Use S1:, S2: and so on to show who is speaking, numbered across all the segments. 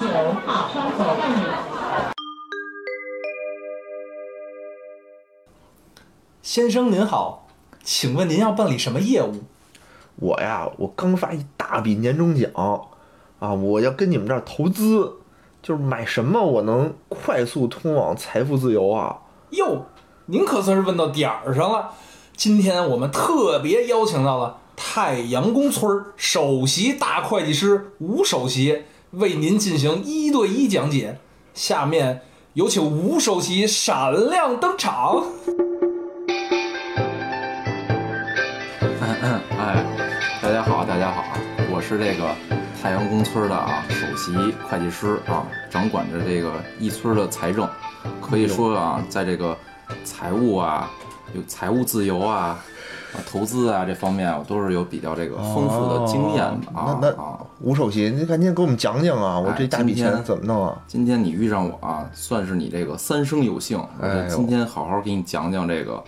S1: 九号窗口办理。
S2: 先生您好，请问您要办理什么业务？
S3: 我呀，我刚发一大笔年终奖，啊，我要跟你们这儿投资，就是买什么我能快速通往财富自由啊？
S2: 哟，您可算是问到点儿上了。今天我们特别邀请到了太阳宫村儿首席大会计师吴首席，为您进行一对一讲解。下面有请吴首席闪亮登场。
S4: 哎，大家好，大家好，我是这个太阳宫村的啊首席会计师啊，掌管着这个一村的财政，可以说
S3: 哎
S4: 啊，在这个财务啊、有财务自由啊、啊投资啊这方面，我都是有比较这个丰富的经验的啊、
S3: 哦那
S4: 啊
S3: 那。吴首席，您赶紧给我们讲讲啊，我这大笔
S4: 哎今
S3: 钱
S4: 天
S3: 怎么弄啊？
S4: 今天你遇上我啊，算是你这个三生有幸。我
S3: 哎呦
S4: 今天好好给你讲讲这个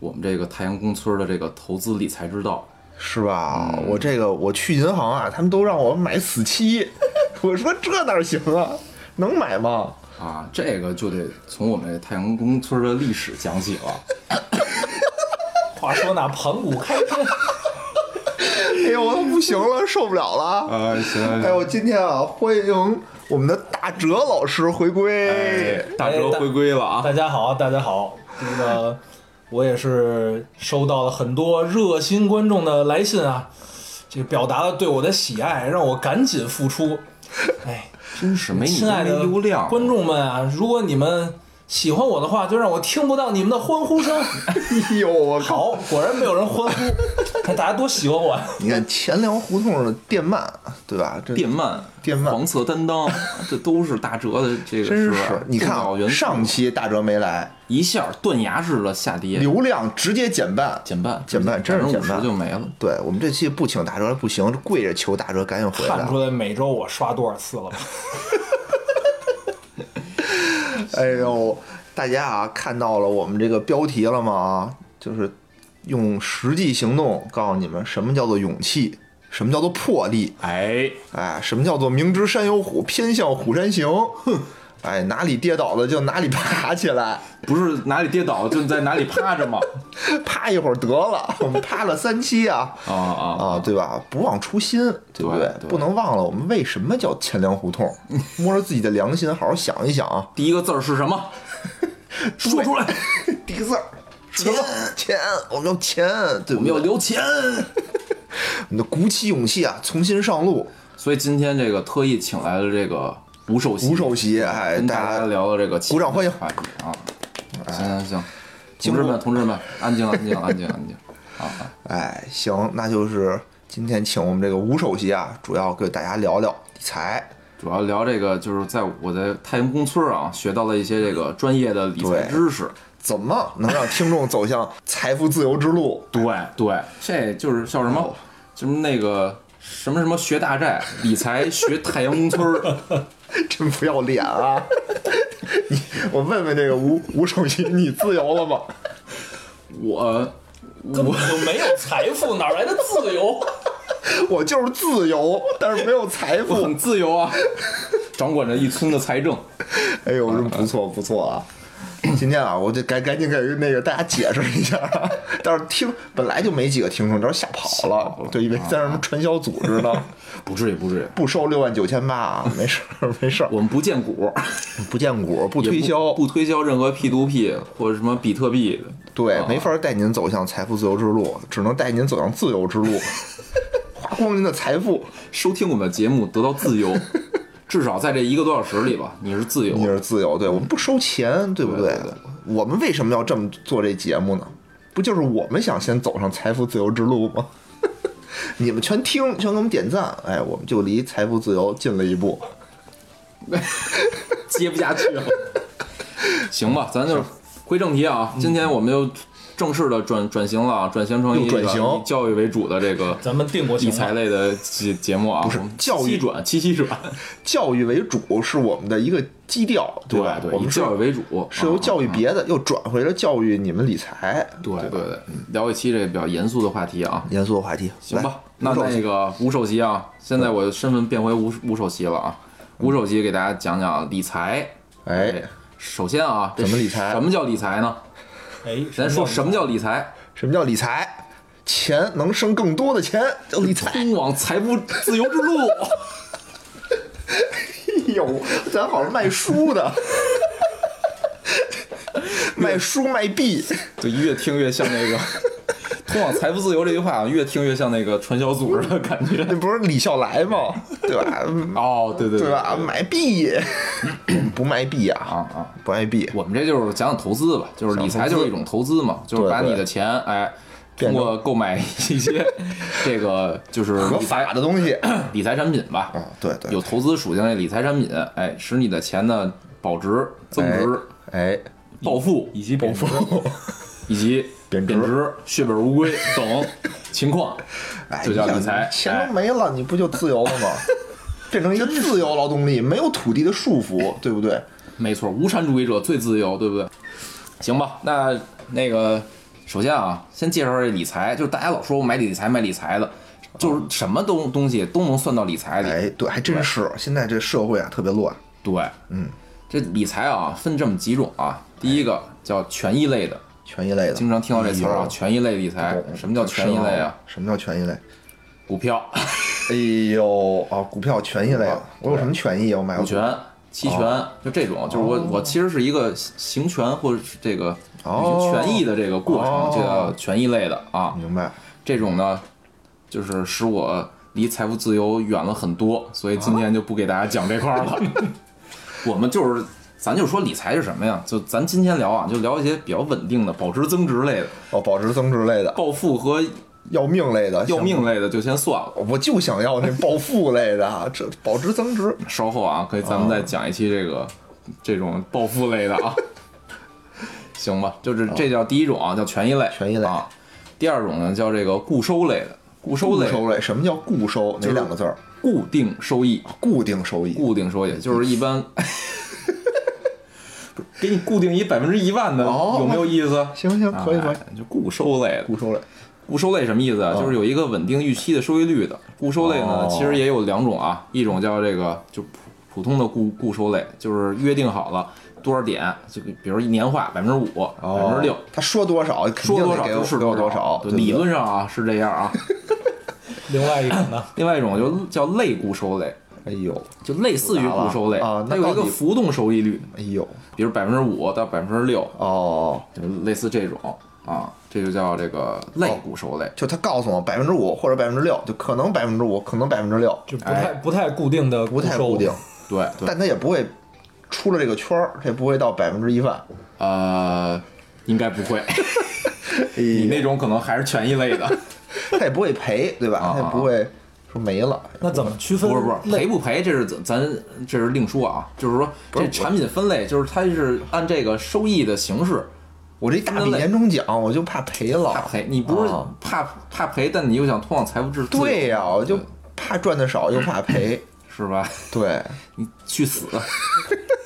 S4: 我们这个太阳宫村的这个投资理财之道。
S3: 是吧？
S4: 嗯
S3: 我这个我去银行啊，他们都让我买死期， 我说这哪行啊？能买吗？
S4: 啊，这个就得从我们太阳宫村的历史讲起了。
S2: 话说那盘古开天，
S3: 哎呦，我都不行了，受不了了。
S4: 啊，行
S3: 哎，我今天啊，欢迎我们的大哲老师回归。
S4: 大哲回归了啊！
S2: 大家好，大家好，这个我也是收到了很多热心观众的来信啊，这个表达了对我的喜爱，让我赶紧复出。哎，
S4: 真是没你
S2: 亲爱的
S4: 这么优量，
S2: 观众们啊，如果你们喜欢我的话，就让我听不到你们的欢呼 声。
S3: 哎呦，我靠！
S2: 好，果然没有人欢呼，看大家多喜欢我。啊
S3: 你看钱粮胡同的电鳗，对吧？这
S4: 电鳗、
S3: 电鳗
S4: 黄色担当，啊这都是大哲的这个
S3: 真是
S4: 吧，
S3: 你看
S4: 重要
S3: 啊，
S4: 元素
S3: 上期大哲没来，
S4: 一下断崖式的下跌，
S3: 流量直接减半，
S4: 减半，
S3: 减半，真是减
S4: 50%
S3: 半
S4: 就没了。
S3: 对我们这期不请大哲不行，跪着求大哲赶紧回
S2: 看
S3: 来
S2: 出。来每周我刷多少次了吧？
S3: 哎呦，大家啊，看到了我们这个标题了吗？啊，就是用实际行动告诉你们什么叫做勇气，什么叫做魄力，
S4: 哎，
S3: 哎，什么叫做明知山有虎，偏向虎山行？哼，哎，哪里跌倒了就哪里爬起来，
S4: 不是哪里跌倒就在哪里趴着吗？
S3: 趴一会儿得了， 我们趴了三期啊。
S4: 啊啊！
S3: 啊，对吧？不忘初心，对不
S4: 对
S3: 对？
S4: 对
S3: 不能忘了我们为什么叫钱粮胡 同，摸着自己的良心，好好想一想啊。
S4: 第一个字儿是什么？说出来，
S3: 第一个字儿，钱钱，我们要钱，对不
S4: 我们
S3: 对？
S4: 要
S3: 我
S4: 留钱。
S3: 们的鼓起勇气啊，重新上路。
S4: 所以今天这个特意请来了这个吴首席，
S3: 吴首席，哎，
S4: 跟大
S3: 大
S4: 家
S3: 家
S4: 聊聊这个
S3: 鼓掌欢迎哎
S4: 话题啊！行行行，
S3: 经过
S4: 同志们同志们，安静安静安静 安静啊！啊
S3: 哎，行，那就是今天请我们这个吴首席啊，主要给大家聊聊理财。
S4: 主要聊这个，就是在我在太阳宫村啊，学到了一些这个专业的理财
S3: 对
S4: 知识。
S3: 怎么能让听众走向财富自由之路？
S4: 对对，这就是叫什
S3: 哦
S4: 么？什么那个什么什么学大寨，理财学太阳宫村 儿。
S3: 真不要脸啊！ 你我问问这个吴吴首席，你自由了吗？
S4: 我
S2: 根本就没有财富，哪来的自由？
S3: 我就是自由，但是没有财
S4: 我
S3: 富
S4: 很。自由啊，掌管着一村的财政。
S3: 哎呦，真不错不错啊！今天啊，我得赶赶紧给那个大家解释一下，啊但是听本来就没几个听众，这吓跑了，啊对，以为在什么传销组织 呢，
S4: 不至于不至于，
S3: 不收六万九千八啊，没事儿没事儿，
S4: 我们不见股，
S3: 不见股不啊
S4: 也
S3: 推销，
S4: 不推销任何 P to P 或者什么比特币的。
S3: 对，没法带您走向财富自由之路，只能带您走向自由之 路，花光您的财富，
S4: 收听我们的节目得到自 由，至少在这一个多小时里吧，你是自由
S3: 你。是自由，对我们不收钱，对不
S4: 对对
S3: 我们为什么要这么做这节目呢？不就是我们想先走上财富自由之路吗？ 你们全听，全给我们点赞，哎，我们就离财富自由近了一步。
S4: 接不下去了。 行吧，咱就回正题啊，今天我们就正式的转转型了啊，转型成一个
S3: 又转型
S4: 以教育为主的这个
S2: 咱们定过
S4: 理
S2: 行
S4: 财
S2: 吗？
S4: 类的节节目啊，
S3: 不是
S4: 我们
S3: 教育
S4: 七转七七转，
S3: 教育为主是我们的一个基调，吧？
S4: 对，
S3: 我
S4: 以
S3: 们是
S4: 教育为主，啊
S3: 是由教
S4: 育，
S3: 育别的，又转回了教育你们理财。
S4: 对对对，嗯聊一期这个比较严肃的话题啊，
S3: 严肃的话题，
S4: 行吧，
S3: 来吴
S4: 那
S3: 首席
S4: 那个吴首席啊，现在我身份变回吴吴首席了啊，五手机给大家讲讲理财。
S3: 哎，
S4: 首先啊，这
S3: 怎么理财
S4: 什么叫理财呢？
S2: 哎，
S4: 咱说什么叫理财？
S3: 什么叫理财？钱能生更多的钱叫理财。
S4: 通往财富自由之路。
S3: 哎呦，咱好像卖书 的，卖书卖币，
S4: 对，越听越像那个 通往财富自由这句话啊，越听越像那个传销组织的感觉。
S3: 那不是李笑来吗？对吧？
S4: 哦，对对
S3: 对吧？买币 不卖币啊，
S4: 啊啊！
S3: 不卖币，
S4: 我们这就是讲讲投资吧，就是理财就是一种投资嘛，就是把
S3: 对
S4: 你的钱哎，
S3: 变
S4: 通
S3: 成
S4: 过购买一 些这个就是
S3: 合
S4: 理
S3: 法
S4: 财
S3: 的东西。
S4: 理财产品吧，
S3: 啊，对对，
S4: 有投资属性的理财产品，哎，使你的钱呢保值、增值、
S3: 哎，
S4: 暴富以及暴富以及
S3: 贬值
S4: 贬值、血本无归等 情况
S3: 哎，
S4: 就叫
S3: 你
S4: 理
S3: 想
S4: 财。
S3: 钱
S4: 哎
S3: 都没了，你不就自由了吗？ 变成一个自由劳动力，没有土地的束缚，对不对？
S4: 没错，无产主义者最自由，对不对？行吧，那那个，首先啊，先介绍这理财，就是大家老说我买理财买理财的，就是什么东东西都能算到理财里。
S3: 哎，对，还真是。现在这社会啊，特别乱。
S4: 对，嗯，这理财啊分这么几种啊，第一个叫权益类的，
S3: 权益类的，
S4: 经常听到这词儿
S3: 哎
S4: 啊，
S3: 呦
S4: 权益类理财，什么叫权益类啊？？
S3: 什么叫权益类？
S4: 股 票、
S3: 哎呦，哦，股票权益类啊，我有什么权益啊？我买
S4: 股
S3: 股
S4: 权。期权就这种，就是
S3: 哦
S4: 我我其实是一个行权或者是这个履行
S3: 哦
S4: 权益的这个过
S3: 哦
S4: 程，就叫权益类的啊。
S3: 明白？
S4: 这种呢，就是使我离财富自由远了很多，所以今天就不给大家讲这块 儿了。我们就是，咱就说理财是什么呀？就咱今天聊啊，就聊一些比较稳定的、保值增值类的、
S3: 哦，保值增值类的，
S4: 暴富和
S3: 要命类的，
S4: 要命类的就先算了。
S3: 想！我就想 要那暴富类的，啊这保值增值。
S4: 稍后啊，可以咱们
S3: 哦
S4: 再讲一期这个、这种暴富类的 啊，行吧？就是这叫第一种啊，叫权益类，
S3: 哦权益类
S4: 啊。第二种呢叫这个固收类的，固收
S3: 固
S4: 类
S3: 收类，什么叫固收？哪
S4: 是
S3: 两个字儿？
S4: 固定收益，
S3: 固定收益。
S4: 固定收益，就是一 般，不是给你固定一百分之一万的，
S3: 哦
S4: 有没有意思？
S3: 行行，可以可以
S4: 哎，就固收类的，
S3: 固收类。
S4: 固收类什么意思啊？就是有一个稳定预期的收益率的。固收类呢
S3: 嗯哦，
S4: 其实也有两种啊，一种叫这个就普普通的固固收类，就是约定好了多少点，就比如一年化百分之五、百分之六
S3: 哦，他说多少，肯定
S4: 说
S3: 得
S4: 多少
S3: 给
S4: 就
S3: 我
S4: 是
S3: 给我多
S4: 少
S3: 少。。
S4: 对
S3: 对不对
S4: 理论上啊是这 样啊。
S2: 另外一种呢？
S4: 另外一种就叫类固收类，
S3: 哎呦，
S4: 就类似于固收类，
S3: 复杂了啊那
S4: 它有一
S3: 到
S4: 个
S3: 底
S4: 浮动收益率，
S3: 哎呦，
S4: 比如百分之五到百分之六，
S3: 哦，
S4: 就类似这种啊，这就叫这个类固收类。
S3: 就他告诉我百分之五或者百分之六，就可能百分之五，可能百分之六，
S2: 就不太不太固定的
S3: 不太固定，
S4: 对对，
S3: 但他也不会出了这个圈儿，他也不会到百分之一万。
S4: 呃，应该不会，你
S3: 你
S4: 那种可能还是权益类 的，
S3: 哎他也不会赔，对吧？
S4: 啊
S3: 他也不会说没了。
S2: 那怎么区分？
S4: 不是不是赔不赔，这是咱咱这是另说啊，就是说这产品分类，就是它是按这个收益的形式，
S3: 我这一大笔年终奖，我就怕赔
S4: 怕
S3: 了。
S4: 赔，你不是
S3: 啊
S4: 怕怕赔，但你又想通往财富致富，
S3: 对呀、我就怕赚的少，又怕 赔。
S4: 是吧？
S3: 对，
S4: 你去死！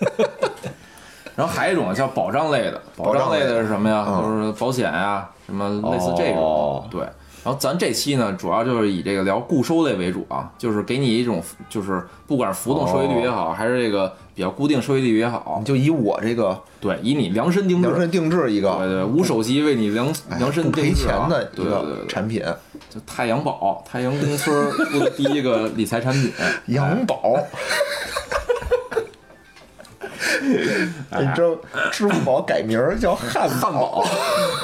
S4: 然后还有一种叫保障类的，保
S3: 保障
S4: 障类
S3: 类的
S4: 的是什么呀？
S3: 嗯
S4: 就是保险呀、什么类似这种。
S3: 哦
S4: 对，然后咱这期呢，主要就是以这个聊固收类为主啊，就是给你一种，就是不管是浮动收益率也
S3: 哦
S4: 好，还是这个比较固定收益率也好
S3: 你，就以我这个
S4: 对，以你量身定制
S3: 量，身定制一
S4: 对
S3: 个
S4: 对，无手机为你量
S3: 哎
S4: 量身
S3: 不赔
S4: 定制、啊、
S3: 钱的一
S4: 对对对
S3: 个
S4: 对，
S3: 产品，
S4: 就太阳宝、太阳公村儿出的第一个理财 产品，
S3: 养宝。你
S4: 哎
S3: 知道支付宝改名儿叫汉
S4: 汉堡，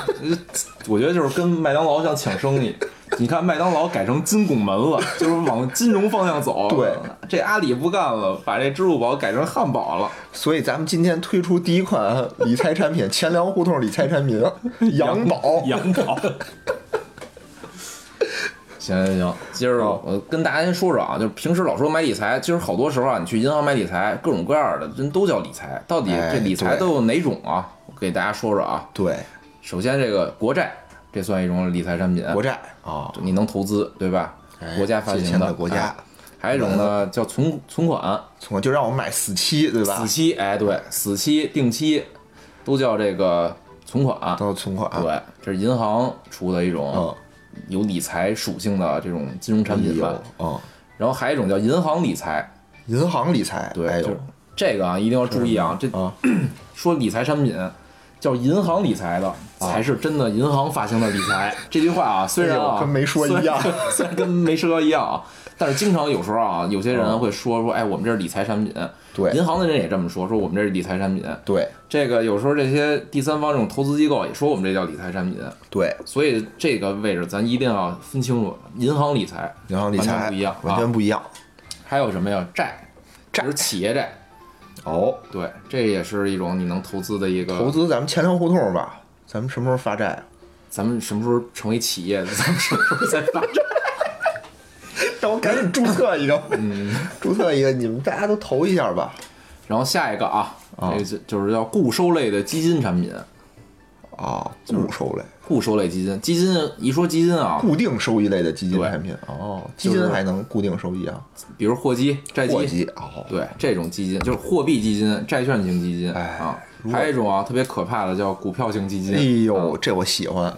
S4: 我觉得就是跟麦当劳想抢生意。你看麦当劳改成金拱门了，就是往金融方向走。
S3: 对，
S4: 这阿里不干了，把这支付宝改成汉堡了。
S3: 所以咱们今天推出第一款理财产品——钱粮胡同理财产 品——养宝。
S4: 羊堡。 行行行，今儿
S3: 嗯
S4: 啊我跟大家先说说啊，就是平时老说买理财，其实好多时候啊，你去银行买理财，各种各样的人都叫理财，到底
S3: 哎
S4: 这理财
S3: 对
S4: 都有哪种啊？我给大家说说啊。
S3: 对，
S4: 首先，这个国债，这算一种理财产品。
S3: 国债啊，
S4: 你能投资，对吧？
S3: 哎
S4: 国家发
S3: 借
S4: 行
S3: 钱
S4: 的
S3: 给国家嗯
S4: 哎还有一种呢叫存存款，
S3: 从就让我们买死期，对吧
S4: 死？期，哎，对，死期、定期都叫这个存款。
S3: 都是存款。啊
S4: 对，这是银行出的一种
S3: 嗯，
S4: 有理财属性的这种金融产品吧
S3: 有。，嗯，
S4: 然后还有一种叫银行理财，
S3: 银行理财，
S4: 对，
S3: 哎
S4: 就
S3: 呦
S4: 是，这个啊，一定要注意啊！这
S3: 啊
S4: 说理财产品叫银行理财的，
S3: 啊
S4: 才是真的银行发行的理 财。这句话啊，虽然
S3: 哎
S4: 啊
S3: 呦跟没说一样
S4: 虽然， 虽然跟没说一样啊，但是经常有时候啊，有些人会说说，哎，我们这是理财产品。
S3: 对
S4: 银行的人也这么说，说我们这是理财产品。
S3: 对
S4: 这个有时候这些第三方这种投资机构也说我们这叫理财产品，
S3: 对，
S4: 所以这个位置咱一定要分清楚，银行理财、
S3: 银行理
S4: 完
S3: 财
S4: 全不一样啊
S3: 完全不一样。
S4: 还有什么呀？债，
S3: 债
S4: 就是企业债。
S3: 哦，
S4: 对，这也是一种你能投资的一个
S3: 投资咱们钱粮胡同吧，咱们什么时候发债啊？
S4: 咱们什么时候成为企业？咱们什么时候再发展？
S3: 让我赶紧注册 一个，嗯注册一个，你们大家都投一下吧。
S4: 然后下一个啊，
S3: 啊
S4: 这就就是叫固收类的基金产品，
S3: 啊，固收类、
S4: 固收类基金，基金一说基金啊，
S3: 固定收益类的基金
S4: 对
S3: 产品。哦，基
S4: 就是
S3: 金还能固定收益啊？
S4: 比如货基、债
S3: 货基
S4: 基，
S3: 哦，，
S4: 对这种基金就是货币基金、债券型基金
S3: 哎
S4: 啊，
S3: 如果
S4: 还有一种啊特别可怕的叫股票型基金，
S3: 哎
S4: 嗯
S3: 呦，这我喜欢。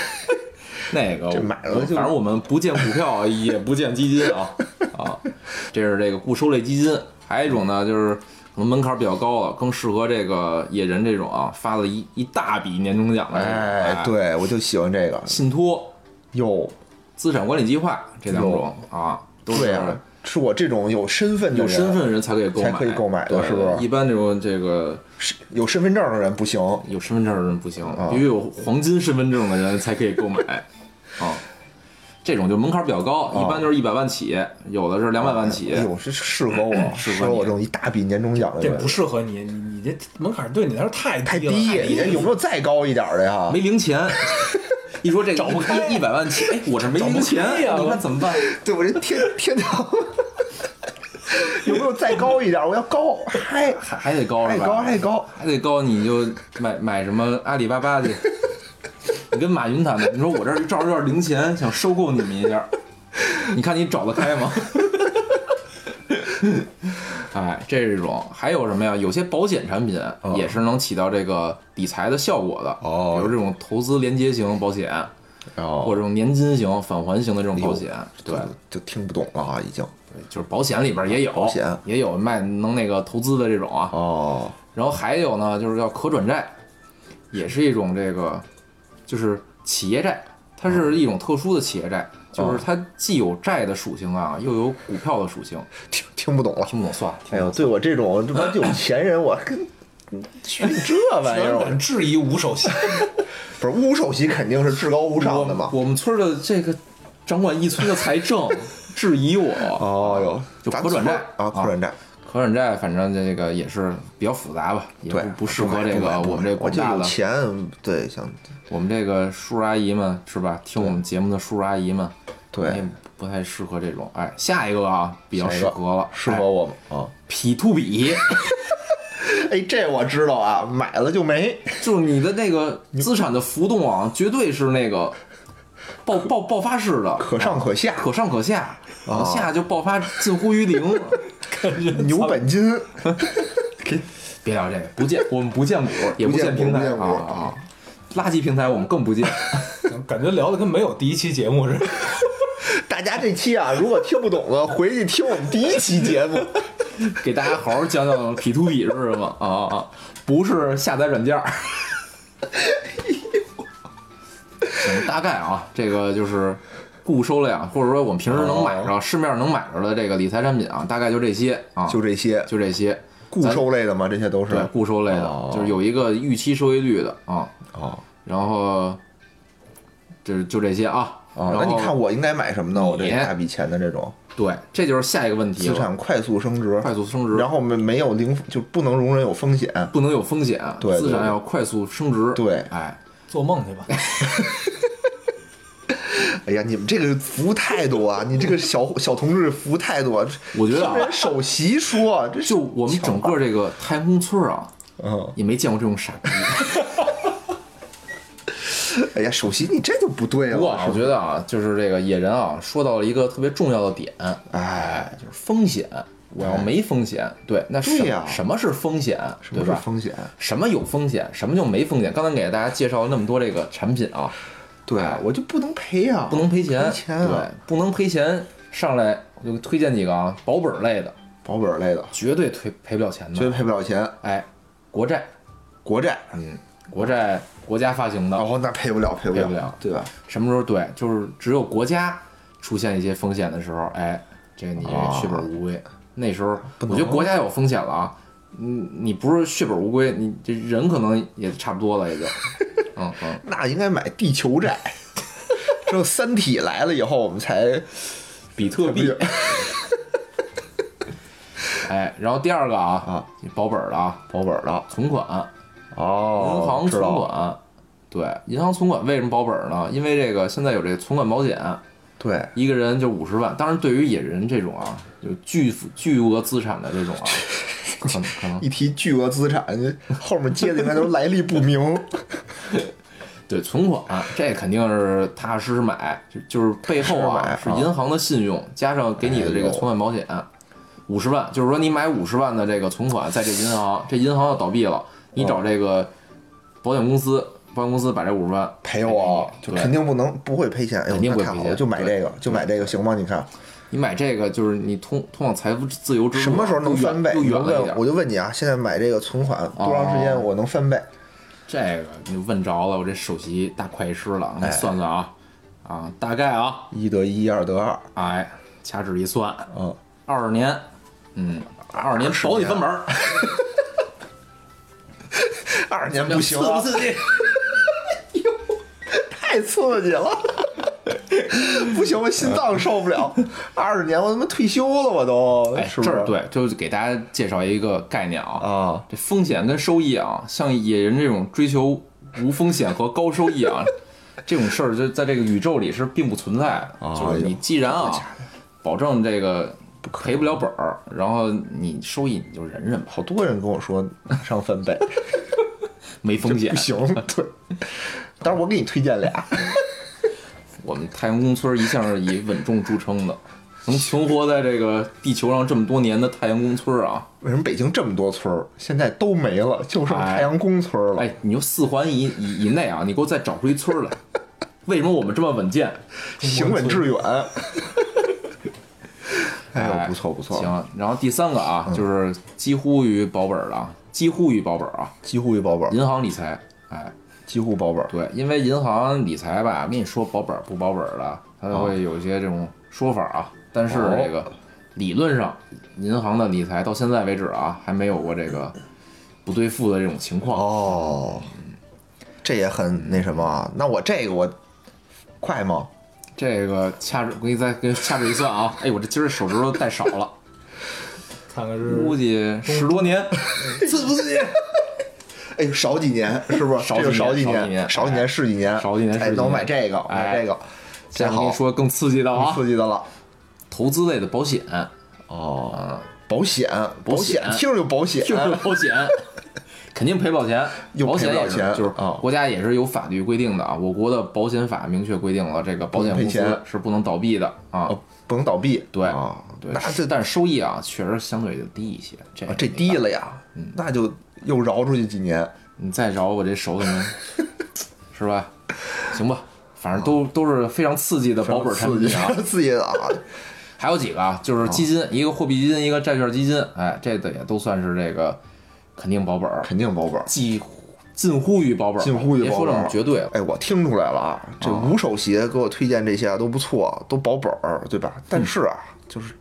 S4: 那个
S3: 这买了
S4: 我
S3: 就
S4: 反正我们不见股票，也不见基 金啊啊，这是这个固收类基金。还有一种呢，就是可能门槛比较高了，更适合这个野人这种啊，发了一一大笔年终奖的这种，
S3: 哎，，对，我就喜欢这个。
S4: 信托、
S3: 哟，
S4: 资产管理计划这两种啊，都
S3: 对
S4: 是
S3: 啊，是我这种有身份的
S4: 有
S3: 人，
S4: 身份的人才可以购买，
S3: 才可以购买的
S4: 对
S3: 是不是
S4: 一般这种这个
S3: 是有身份证的人不行。
S4: 有身份证的人不行，
S3: 啊
S4: 必须有黄金身份证的人才可 以购买啊。这种就门槛比较高，一般就是一百万起，有的是两百万起。
S3: 啊哎呦，这适合我，
S4: 适合
S3: 适
S4: 你
S3: 合我这种一大笔年终奖的
S2: 这
S3: 人。
S2: 不适合你，你你这门槛对你来说太
S3: 太
S2: 低了，哎
S3: 低，
S2: 太
S3: 你这有没有再高一点的呀？
S4: 没零钱。一说这个
S2: 找不开
S4: 一一百万起，哎，我这没零
S2: 找
S4: 钱
S2: 不开，呀
S4: 你看怎么办？
S3: 对我这天天堂有没有再高一点？我要高，嗨，
S4: 还还得高
S3: 还
S4: 是吧？
S3: 高还高，
S4: 还得高，你就买买什么阿里巴巴去？你跟马云谈谈，你说我这儿正好有点零钱，想收购你们一下，你看你找得开吗？ 哎，这是一种，还有什么呀？有些保险产品也是能起到这个理财的效果的，
S3: 哦
S4: 比如这种投资连接型保险，
S3: 然后
S4: 或者这种年金型、返还型的这种保险，对，
S3: 就听不懂了啊，已经。
S4: 就是保险里边也有，
S3: 保险
S4: 也有卖能那个投资的这种啊。
S3: 哦，
S4: 然后还有呢，就是叫可转债，也是一种这个，就是企业债，它是一种特殊的企业债，就是它既有债的属性啊，又有股票的属性。
S3: 听听不懂了。
S4: 听不懂算了，听
S3: 哎
S4: 不
S3: 呦，
S4: 懂。
S3: 对我这种这帮有钱人，我跟去你这玩意
S2: 有
S3: 儿，
S2: 点
S3: 我
S2: 质疑吴首席，
S3: 不是乌首席肯定是至高无上的
S4: 我
S3: 嘛。
S4: 我们村儿的这个掌管一村的财 政质疑我。
S3: 哦哟，
S4: 就
S3: 咱
S4: 可转债
S3: 村啊，可转债，
S4: 啊可转债反正这个也是比较复杂吧，也
S3: 对
S4: 不，不适合这
S3: 不买
S4: 个
S3: 不买
S4: 我们这
S3: 我
S4: 广
S3: 就
S4: 大
S3: 有
S4: 的
S3: 钱，对，想
S4: 我们这个叔叔阿姨们是吧？听我们节目的叔叔阿姨们，
S3: 对
S4: 也，不太适合这种。哎，下一个啊，比较适合了，哎
S3: 适合我吗？啊，
S4: p to B，
S3: 哎，这我知道啊，买了就没。
S4: 就是你的那个资产的浮动啊，绝对是那个爆爆爆发式的，
S3: 可啊上可下，
S4: 可上可下，往下就爆发近乎 于零。
S3: 牛本 金，
S4: 别聊这个，不见我们不见股，也
S3: 不
S4: 见
S3: 见股
S4: 平台
S3: 不见股
S4: 啊啊，垃圾平台我们更不见。
S2: 感觉聊的跟没有第一期节目似的。
S3: 大家这期啊，如果听不懂的，回去听我们第一期节目。
S4: 给大家好好讲讲 P to P 是什么啊啊啊，不是下载软件儿。嗯大概啊，这个就是固收类啊，或者说我们平时能买着、市面上能买着的这个理财产品啊，大概就这些 啊，
S3: 哦就这些
S4: 就这些
S3: 固收类的吗？这些都是
S4: 对固收类的，
S3: 哦
S4: 就是有一个预期收益率的啊，
S3: 哦
S4: 然后就是就这些啊。
S3: 哦
S4: 然
S3: 那
S4: 后
S3: 你看我应该买什么呢？我这
S4: 你
S3: 一大笔钱的这种
S4: 对，这就是下一个问题
S3: 资
S4: 了，
S3: 产快速升值，
S4: 快速升值，
S3: 然后没没有零就不能容忍有风险。
S4: 不能有风险，
S3: 对
S4: 资产
S3: 对
S4: 要快速升值，
S3: 对
S4: 哎，
S2: 做梦去吧！
S3: 哎呀，你们这个服务态度啊，你这个小小同志服务态度啊，
S4: 我觉得啊
S3: 听人首席说，这
S4: 就我们整个这个太空村儿啊，
S3: 嗯，
S4: 也没见过这种傻逼。
S3: 哎呀，首席你这就不对
S4: 不过我
S3: 了。
S4: 觉得啊，就是这个野人啊，说到了一个特别重要的点，
S3: 哎，
S4: 就是风险。我要没风险，对，那什
S3: 对呀
S4: 什么是风险，
S3: 什
S4: 对
S3: 么是
S4: 吧？
S3: 风险？
S4: 什么有风险，什么就没风险？刚才给大家介绍了那么多这个产品啊，
S3: 对
S4: 哎，
S3: 我就不能赔啊，
S4: 不能赔钱，
S3: 赔钱啊
S4: 对，不能赔钱。上来我就推荐几个啊，保本儿类的，
S3: 保本儿类的，
S4: 绝对赔赔不了钱
S3: 绝对
S4: 的。
S3: 赔不了钱。
S4: 哎，国债，
S3: 国债，嗯，
S4: 国债国家发行的，
S3: 然后那赔不了，赔不
S4: 赔不了
S3: 对吧？
S4: 什么时候对，就是只有国家出现一些风险的时候，哎，这个你
S3: 啊
S4: 血本无归。那时候我觉得国家有风险了啊，嗯，你不是血本无归，你这人可能也差不多了，也就，嗯嗯，
S3: 那应该买地球 债。只有《三体》来了以后，我们才
S4: 比特
S3: 不是
S4: 币，哎，然后第二个啊
S3: 啊，
S4: 保本儿的啊，
S3: 保本儿了。
S4: 存款，
S3: 哦，
S4: 银行
S3: 知
S4: 存
S3: 道了，
S4: 款，对，银行存款为什么保本儿呢？因为这个现在有这个存款保险，
S3: 对，
S4: 一个人就五十万。当然，对于野人这种啊，就巨巨额资产的这种啊，可能可能
S3: 一提巨额资产，后面接的应该都是来历不明。
S4: 对存款、这肯定是踏踏实实买，就就是背后啊
S3: 踏实
S4: 是
S3: 买啊
S4: 银行的信用加上给你的这
S3: 哎
S4: 个
S3: 呦
S4: 存款保险，五十万，就是说你买五十万的这个存款，在这银行，这银行要倒闭了，你
S3: 哦
S4: 找这个保险公司，保险公司把这五十万
S3: 赔我，
S4: 给
S3: 就
S4: 你对
S3: 肯定不能不会赔钱。哎呦，
S4: 肯定不
S3: 那
S4: 会
S3: 太好
S4: 赔
S3: 了，
S4: 钱
S3: 就买这个，
S4: 对
S3: 就买这个，行吗？你看
S4: 你买这个就是你通通往财富自由之路
S3: 什么时候能
S4: 又远
S3: 翻倍？
S4: 又
S3: 我
S4: 远了一
S3: 问，
S4: 点
S3: 我，就问你啊，现在买这个存款多长时
S4: 哦
S3: 间我能翻倍？
S4: 这个你问着了，我这首席大会计师了，
S3: 哎
S4: 你算算啊，啊，大概啊，
S3: 一得一，二得二，
S4: 哎，掐指一算，
S3: 嗯，
S4: 二十年，嗯，二十年保你翻本儿，
S3: 二年不行
S4: 刺不
S3: 啊，
S4: 刺 激？
S3: 太刺激了， 不行，我心脏受不了。二十年我他妈退休了，我都，
S4: 哎，
S3: 是不
S4: 这儿
S3: 是？
S4: 对，就是给大家介绍一个概念啊，
S3: 啊，
S4: 这风险跟收益啊，像野人这种追求无风险和高收益啊， 这种事儿就在这个宇宙里是并不存在的。
S3: 啊
S4: 就是你既然啊，保证这个赔不了本儿，然后你收益你就忍忍吧，
S3: 好多人跟我说马上翻倍，
S4: 没风险
S3: 不。行， 对。但是我给你推荐俩，
S4: 我们太阳宫村一向是以稳重著称的，能存活在这个地球上这么多年的太阳宫村啊，
S3: 为什么北京这么多村儿现在都没了，就剩
S4: 哎
S3: 太阳宫村儿了？
S4: 哎，你就四环以以以内啊，你给我再找出一村儿来。为什么我们这么稳健？
S3: 行稳致远。哎
S4: 哎
S3: 呦，不错不错，，
S4: 行，然后第三个啊，就是几乎于保本儿的，啊，几乎于保本儿啊，
S3: 几乎一保本儿，
S4: 银行理财，哎，
S3: 几乎保本儿。
S4: 对，因为银行理财吧，跟你说保本儿不保本儿的，它会有一些这种说法啊，但是
S3: 哦
S4: 这个理论上，银行的理财到现在为止啊，还没有过这个不兑付的这种情况。
S3: 哦，这也很那什么啊。那我这个我快 吗？
S4: 这个掐指，我给你再给你掐指一算啊，哎，我这今儿手指头戴少了，
S2: 看看
S4: 估
S2: 是
S4: 计十多年，
S3: 刺不刺激？哎，少几年是不是？
S4: 少几
S3: 这
S4: 年
S3: 就少
S4: 少几年
S3: 年，少几
S4: 哎
S3: 年是几年，
S4: 少几年是
S3: 哎，
S4: 几
S3: 那我
S4: 年
S3: 买这个，我买
S4: 哎
S3: 这个，这
S4: 再跟
S3: 好
S4: 你，说更刺激的啊
S3: 刺，激的了。
S4: 投资类的保险，
S3: 哦，保险，
S4: 保
S3: 保
S4: 险
S3: 险，听着就保险，
S4: 就是保险，肯定赔不了钱，
S3: 又
S4: 保
S3: 赔
S4: 险
S3: 不了
S4: 也是
S3: 钱
S4: 就是
S3: 啊
S4: 国家也是有法律规定的啊。我国的保险法明确规定了，这个保险公
S3: 不能
S4: 司
S3: 赔
S4: 是不能倒闭的啊。
S3: 哦不能倒闭。
S4: 对
S3: 啊，
S4: 对
S3: 那，这
S4: 但是收益啊，确实相对就低一些。这
S3: 啊这低了呀，
S4: 嗯
S3: 那就又饶出去几年。
S4: 你再饶我这手怎么，是吧？行吧，反正都都是非常刺激的保本产
S3: 刺
S4: 品
S3: 激
S4: 啊。
S3: 刺激的啊！
S4: 还有几个
S3: 嗯
S4: 啊，就是基金，一个货币基金，一个债券基金，哎，这个也都算是这个肯定保本儿，
S3: 肯定保本儿。
S4: 几乎近乎于保本儿吧，
S3: 近乎于
S4: 别
S3: 保
S4: 说
S3: 本
S4: 这
S3: 儿
S4: 么绝对了。
S3: 哎，我听出来了啊，这五手鞋给我推荐这些啊都不错，都保本儿，对吧？
S4: 嗯
S3: 但是啊，就是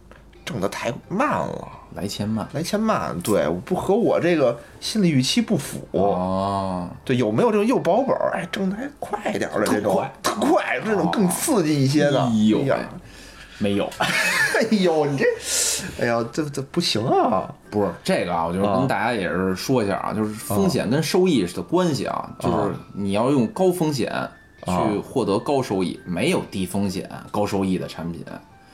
S3: 挣得太慢了，
S4: 来钱慢
S3: 来钱慢，对，我不和我这个心理预期不符。
S4: 哦，
S3: 对，有没有这种又保本儿，哎，挣得还快点儿的这种，特快，这种更刺激一些的。
S4: 哎呦
S3: 呀，
S4: 没有，
S3: 哎呦，你这，哎呀，这这不行啊！
S4: 不是这个啊，我就是跟大家也是说一下啊，就是风险跟收益的关系啊，就是你要用高风险
S3: 啊
S4: 去获得高收益，没有低风险高收益的产品，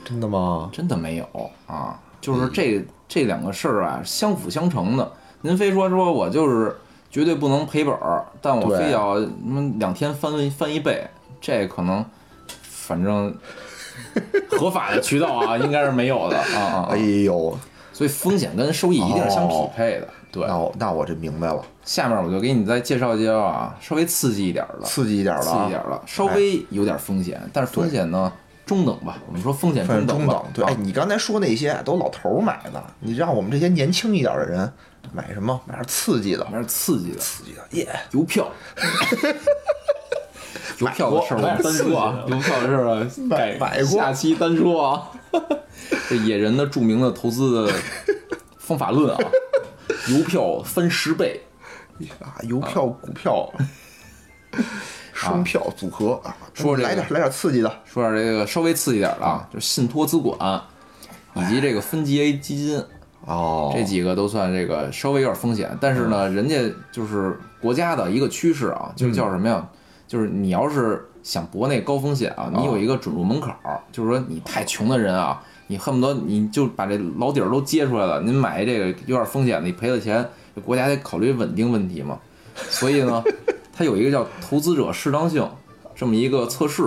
S3: 真的吗？
S4: 真的没有啊。
S3: 嗯
S4: 就是这这两个事儿啊，相辅相成的。您非说说我就是绝对不能赔本儿，但我
S3: 对
S4: 非要嗯两天翻翻一倍，这可能反正合法的渠道啊， 应该是没有的啊啊。啊
S3: 哎呦，
S4: 所以风险跟收益一定是相匹
S3: 哦
S4: 配的。对，
S3: 那我那我这明白了，
S4: 下面我就给你再介绍介绍啊，稍微刺激一点儿的，
S3: 刺激一点儿
S4: 刺
S3: 了
S4: 激
S3: 啊，
S4: 一点儿的，稍微有点风险，但是风险呢中等吧，我们说风险
S3: 反
S4: 中
S3: 正中
S4: 等吧
S3: 等。对，哎，
S4: 啊
S3: 你刚才说那些都老头儿买的，你让我们这些年轻一点的人买什么？买点刺激的，
S4: 买点刺激的
S3: 刺激的，耶！
S4: 邮 票。邮票的事儿我们单说啊，邮票的事儿 啊，改
S3: 买过
S4: 下期单说 啊。这野人的著名的投资的方法论啊， 邮票翻十倍，
S3: 啊，邮票、股票、 双票组合啊，
S4: 说这个
S3: 来点来点刺激的，
S4: 说点这个稍微刺激点儿的啊，就是信托资管啊以及这个分级 A 基金，啊
S3: 哦
S4: 这几个都算这个稍微有点风险，但是呢，人家就是国家的一个趋势啊，就是叫什么呀？就是你要是想博那高风险啊，你有一个准入门槛儿，就是说你太穷的人啊，你恨不得你就把这老底儿都揭出来了，您买这个有点风险的，你赔了钱，这国家得考虑稳定问题嘛。所以呢，它有一个叫投资者适当性这么一个测试，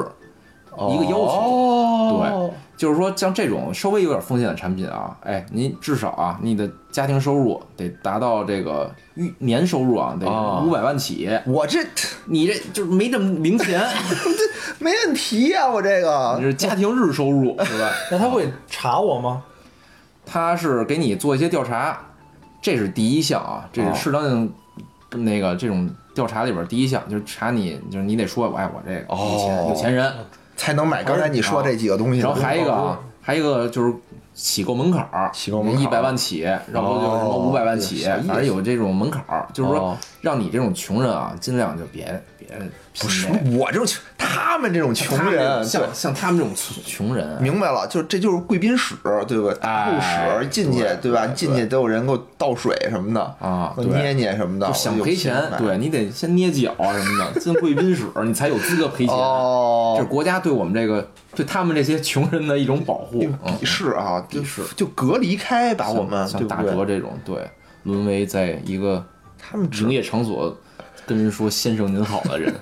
S4: 一个要求。
S3: 哦、
S4: 就是说，像这种稍微有点风险的产品啊，哎，您至少啊，你的家庭收入啊得达到这个预年收入啊，得
S3: 啊
S4: 五百万起。
S3: 对，我这
S4: 你这就是没这么零 钱，
S3: 没问题呀、我这个
S4: 你是家庭日 收入，对吧？
S2: 那他会查我吗？
S4: 他是给你做一些调查，这是第一项啊，这是
S3: 哦
S4: 适当性那个这种调查里边第一项，就是查你，就是你得说，哎，我这个有钱
S3: 哦
S4: 有钱人，
S3: 才能买刚才你说这几个东西。
S4: 然后还一个啊，还一个就是起购门槛儿，
S3: 嗯起购门槛儿
S4: 一百万起，然后就是什么
S3: 哦
S4: 五百万起，
S3: 小意思
S4: 反正有这种门槛儿，就是说
S3: 哦
S4: 让你这种穷人啊，尽量就别别
S3: 不
S4: 不
S3: 是我这种穷，他们这种穷人，对
S4: 像像他们这种穷穷人，
S3: 明白了，就这就是贵宾室，对不对？大
S4: 哎
S3: 户室进去
S4: 对，
S3: 对吧？
S4: 对
S3: 进去都有人给我倒水什么的
S4: 啊
S3: 给我
S4: 对
S3: 捏捏什么的，
S4: 就
S3: 我
S4: 想
S3: 有
S4: 赔
S3: 钱
S4: 钱，
S3: 买
S4: 对你得先捏脚啊什么的，进贵宾室你才有资格赔钱。
S3: 哦，
S4: 这是国家对我们这个对他们这些穷人的一种保护，嗯
S3: 鄙视啊，就
S4: 鄙视
S3: 就隔离开，把
S4: 像
S3: 我们对
S4: 像大
S3: 不
S4: 哲
S3: 对？
S4: 这种对沦为在一个
S3: 他们只
S4: 营业场所跟人说“先生您好” 的人，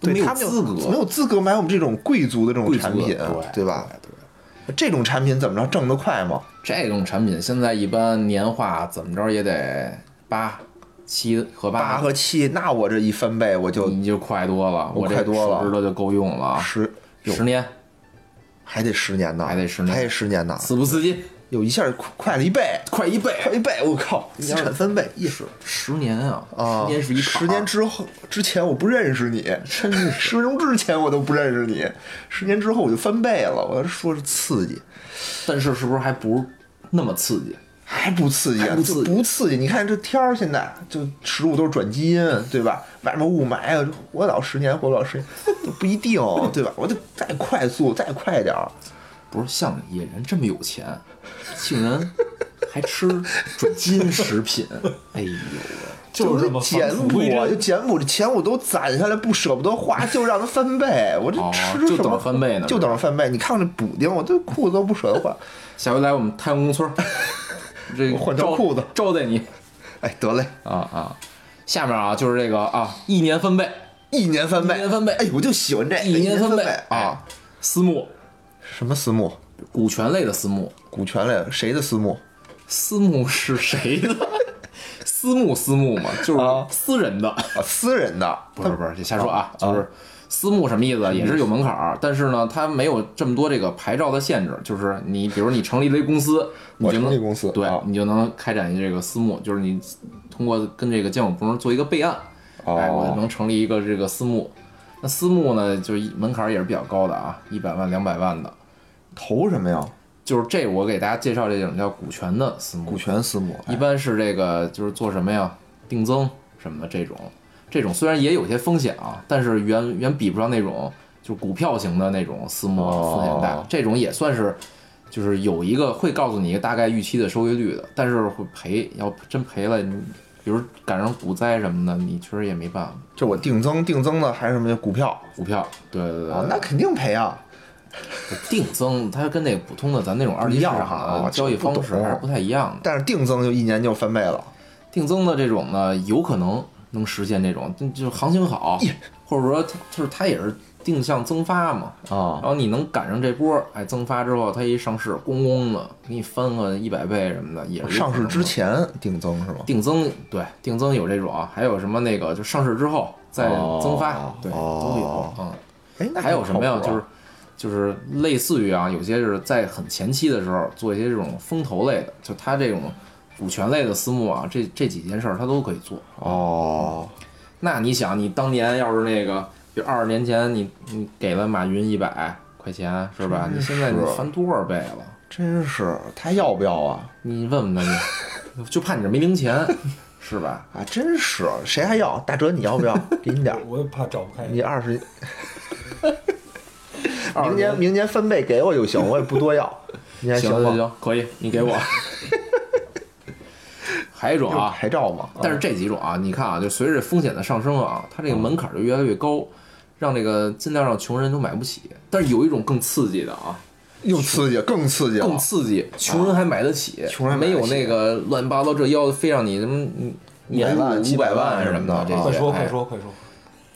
S4: 都
S3: 对
S4: 没有
S3: 他们
S4: 资
S3: 没
S4: 格。
S3: 有资格买我们这种贵族的这种
S4: 贵族
S3: 产品，
S4: 对
S3: 对吧？这种产品怎么着挣得快吗？
S4: 这种产品现在一般年化怎么着也得八、七和
S3: 八
S4: 八，
S3: 和七，那我这一翻倍我就
S4: 你就快多了，
S3: 我
S4: 这
S3: 快多了
S4: 手指头就够用了啊，
S3: 十，
S4: 十年
S3: 还得十年呢，
S4: 还得十年
S3: 还得十年呢，
S4: 刺不刺激？
S3: 有一下快快了一倍，
S4: 快一倍，
S3: 快一倍，我靠，资产翻倍，也是
S4: 十年啊，
S3: 啊，
S4: 十年是一坎儿
S3: 十年之后之前我不认识你，
S4: 真是
S3: 十分钟之前我都不认识你，十年之后我就翻倍了，我要说是刺激。
S4: 但是是不是还不是那么刺激？
S3: 还不刺激啊，
S4: 还不刺激
S3: 就不刺激。你看这天儿现在就食物都是转基因，对吧？外面雾霾啊，活得了十年，活不了十年都不一定，对吧？我得再快速，再快点儿。
S4: 不是像野人这么有钱，竟然还吃准基因食 品，哎呦喂！
S2: 就是这
S3: 我
S2: 么
S3: 简
S2: 返璞
S3: 朴
S2: 归
S3: 啊，就
S2: 真。
S3: 简朴，这钱我都攒下来，不舍不得 花，就让它翻倍。我这
S4: 哦
S3: 吃什么
S4: 就等着翻倍呢
S3: 就等着翻倍。你看看这补丁，我这裤子都不舍得换。
S4: 下回来我们太阳宫 村儿，这个
S3: 换条裤子
S4: 招招待你
S3: 哎，得嘞，
S4: 啊啊！下面啊就是这个啊，一年翻倍，
S3: 一年翻倍，
S4: 一年翻倍
S3: 哎，我就喜欢这
S4: 一
S3: 哎年
S4: 翻
S3: 倍
S4: 啊
S3: 啊！！
S4: 私募，
S3: 什么私募？
S4: 股权类的私募，
S3: 股权类的谁的私募？
S4: 私募是谁 的？私募私募嘛，就是
S3: 啊
S4: 私人的，
S3: 啊，私人的，
S4: 不是不是，这瞎说啊，就是私募什么意思啊？也是有门槛儿，但是呢，它没有这么多这个牌照的限制，就是你比如你成立了一公司，你
S3: 我
S4: 就
S3: 成立
S4: 能
S3: 公司
S4: 对
S3: 啊，
S4: 你就能开展这个私募，就是你通过跟这个监管部门做一个备案，
S3: 哦
S4: 哎，我就能成立一个这个私募。那私募呢，就一门槛儿也是比较高的啊，一百万、两百万的。
S3: 投什么呀？
S4: 就是这，我给大家介绍这种叫股权的私募，
S3: 股权私募，哎
S4: 一般是这个就是做什么呀，定增什么的这种，这种虽然也有些风险啊，但是远远比不上那种就是股票型的那种私募啊
S3: 哦
S4: 风险大，这种也算是就是有一个会告诉你一个大概预期的收益率的，但是会赔，要真赔了，你比如赶上股灾什么的，你确实也没办法。
S3: 就我定增定增的还是什么呀？股票
S4: 股票，对对对，
S3: 啊，那肯定赔啊。
S4: 定增它跟那个普通的咱那种二级
S3: 不
S4: 市
S3: 一样
S4: 场
S3: 啊
S4: 的交易方式还是不太一样的。
S3: 但是定增就一年就翻倍了，
S4: 定增的这种呢，有可能能实现这种，就就是行情好，或者说它就是它也是定向增发嘛。
S3: 啊
S4: 然后你能赶上这波，哎，增发之后它一上市，咣咣的给你翻个一百倍什么的，也是有
S3: 上
S4: 可
S3: 市
S4: 能
S3: 之
S4: 的
S3: 前定增是吗？
S4: 定增，对定增有这种啊，还有什么那个就上市之后再增发，
S3: 哦
S4: 对、
S3: 哦
S4: 都有。嗯，
S3: 哎，那
S4: 还有什么呀？
S3: 靠谱
S4: 就
S3: 啊
S4: 是就是类似于啊，有些是在很前期的时候做一些这种风投类的，就它这种股权类的私募啊，这这几件事儿它都可以做。
S3: 哦，
S4: 那你想，你当年要是那个，比如二十年前你你给了马云一百块钱是吧？你现在你翻多少倍了？
S3: 真是他要不要啊？
S4: 你问问他去，就怕你这没零钱，是吧？
S3: 啊，真是谁还要？大哲你要不 要？给你点儿，
S2: 我也怕找不开。
S3: 你二 十，
S4: 二十
S3: 明年明年翻倍给我就行，我也不多要。 你还
S4: 行
S3: 吗？
S4: 行行，可以，你给我。还有一种
S3: 有
S4: 啊，
S3: 牌照吗？
S4: 但是这几种啊，你看啊，就随着风险的上升啊，它这个门槛儿就越来越高，让这个尽量让穷人都买不起。但是有一种更刺激的啊，
S3: 又刺激，更刺激了，
S4: 更刺激，穷人还买得起，
S3: 啊穷人买
S4: 没
S3: 得
S4: 有
S3: 起
S4: 那个乱七八糟这要非让你什么嗯年入
S3: 百万700
S4: 五百
S3: 万
S4: 什么
S3: 什么的啊
S4: 这些，
S2: 快说
S4: 哎
S2: 快 说快说！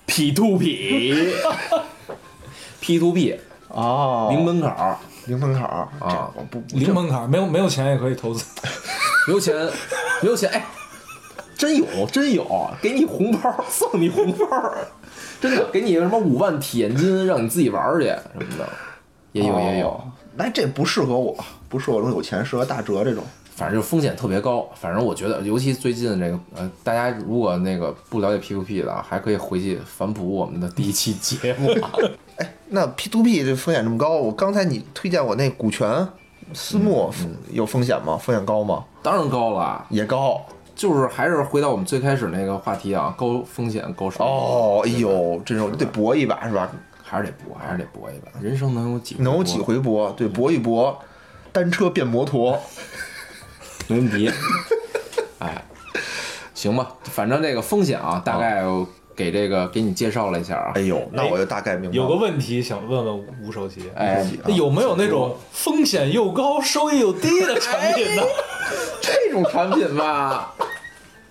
S4: ，P to P，P to P
S3: 哦，
S4: 零门槛儿，
S3: 零门槛儿
S4: 啊，
S3: 这我不
S2: 零门槛，没有没有钱也可以投资。
S4: 没有钱，没有钱，哎，真有真有，给你红包，送你红包，真的给你什么五万体验金，让你自己玩儿去什么的，也有也有，
S3: 哦那这不适合我，不适合我有钱，适合大哲这种。
S4: 反正就风险特别高。反正我觉得，尤其最近这个，呃，大家如果那个不了解 P to P 的啊，还可以回去反哺我们的第一期节目啊。
S3: 哎那 P to P 这风险这么高，我刚才你推荐我那股权私募
S4: 嗯
S3: 有风险吗？风险高吗？
S4: 当然高了，
S3: 也高
S4: 就是还是回到我们最开始那个话题啊，高风险高收益，
S3: 哦。哎呦，这种得搏一把是吧？
S4: 还是得搏，还是得搏一把。人生能有几
S3: 能有
S4: 搏
S3: 几回搏？对，搏一搏，单车变摩托。
S4: 没问题。 哎，行吧，反正这个风险啊，大概给这个给你介绍了一下啊
S3: 哎。呦，那我就大概明白
S2: 有个
S3: 了。啊
S2: 问题想问问吴首席，
S4: 哎，
S2: 那有没有那种风险又高、收益又低的产品呢？
S4: 这种产品吧，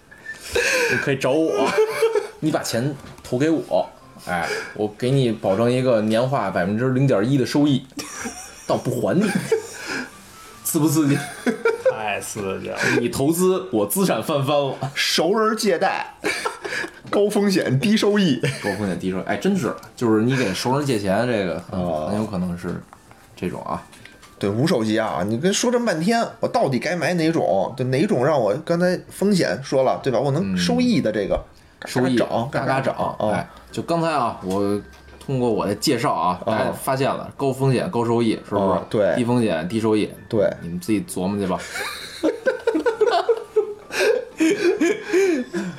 S4: 你可以找我， 你把钱投给我，哎，我给你保证一个年化百分之零点一的收益，但我不还你， 刺不刺激？
S2: 太刺激了！
S4: 你投资，我资产翻番了。
S3: 熟人借贷， 高风险低收益。
S4: 高风险低收益，哎，真是，就是你给熟人借钱，这个很
S3: 哦
S4: 很有可能是这种啊。
S3: 对无手机啊，你跟说这么半天，我到底该买哪种？对哪种让我刚才风险说了对吧？我能收益的这个，
S4: 收益
S3: 嘎嘎涨，
S4: 嘎
S3: 嗯嘎
S4: 涨。哎
S3: 啊！，
S4: 就刚才啊，我通过我的介绍啊，大家发现了高风险高收益，是不是
S3: 哦？对
S4: 低风险低收益，
S3: 对
S4: 你们自己琢磨去 吧。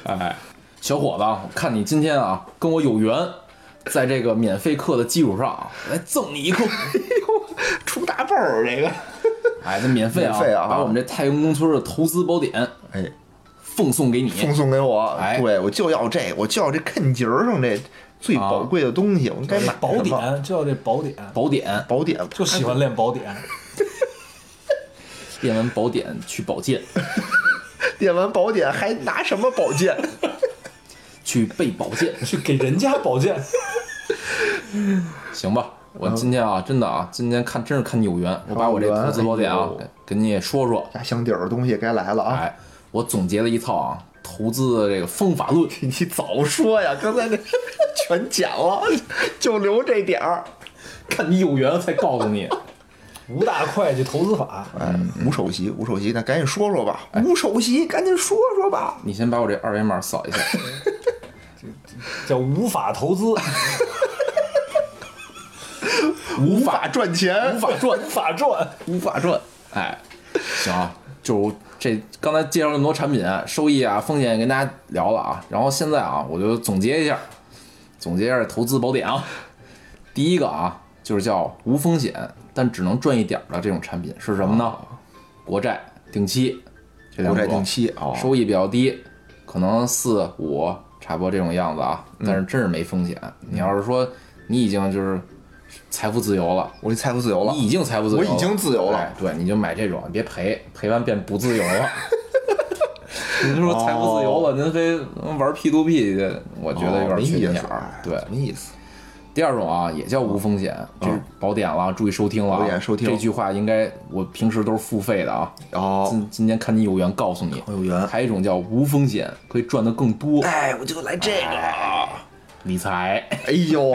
S4: 哎，小伙子啊，我看你今天啊跟我有缘，在这个免费课的基础上啊，来赠你一课。
S3: 出大包儿这个，
S4: 哎，这免费啊，
S3: 免费啊
S4: 把我们这太阳宫村的投资宝典
S3: 哎，
S4: 奉送给你。
S3: 奉送给我，
S4: 哎
S3: 对我就要这，我就要这啃节儿上这最宝贵的东西，我该买
S2: 啊宝
S3: 什么
S2: 典就要这宝典，
S4: 宝典，
S3: 宝典，
S2: 就喜欢练宝典。
S4: 练完宝典去保健，
S3: 练完宝典还拿什么宝剑？
S4: 去备保健。
S2: 去给人家保健，
S4: 行吧，我今天啊，真的啊，今天看真是看你有缘，我把我这
S3: 有缘
S4: 投资宝典
S3: 哎
S4: 啊
S3: 呦，啊
S4: 给你也说说。
S3: 压箱底儿的东西该来了啊！
S4: 哎，我总结了一套啊投资的这个方法论，
S3: 你早说呀，刚才那 全剪了， 就留这点儿。
S4: 看你有缘才告诉你。
S2: 吴大会计投资法，
S3: 哎，吴首席，吴首席，那赶紧说说吧，吴首席，赶紧说说吧。
S4: 你先把我这二维码扫一下，
S2: 叫无法投资，
S3: 无法赚钱
S4: 无，法赚，
S2: 无法赚。
S4: 无法赚。哎，行啊，就这刚才介绍那么多产品、收益啊、风险也跟大家聊了啊，然后现在啊，我就总结一下，总结一下这投资宝典啊。第一个啊，就是叫无风险但只能赚一点儿的这种产品是什么呢？国债、定期这两
S3: 国
S4: 种。
S3: 债定期啊，哦
S4: 收益比较低，可能四五差不多这种样子啊，但是真是没风险。你要是说你已经就是财富自由了，
S3: 我这财富自由了
S4: 你，已经财富自由了，
S3: 我已经自由了
S4: 哎对，你就买这种，别赔，赔完变不自由 了。您说财富自由了，您非嗯玩 P to P 去，我觉得有
S3: 哦
S4: 点
S3: 没
S4: 缺
S3: 意
S4: 心
S3: 思
S4: 眼儿
S3: 哎。
S4: 对，
S3: 没意思。
S4: 第二种啊，也叫无风险，这是宝典了，注意收听了啊。
S3: 嗯宝典收听
S4: 这句话应该我平时都是付费的啊，
S3: 哦，
S4: 今今天看你有缘，告诉你
S3: 我有缘
S4: 还有一种叫无风险，可以赚得更多，啊
S3: 哎，我就来这个。
S4: 理财。
S3: 哎呦，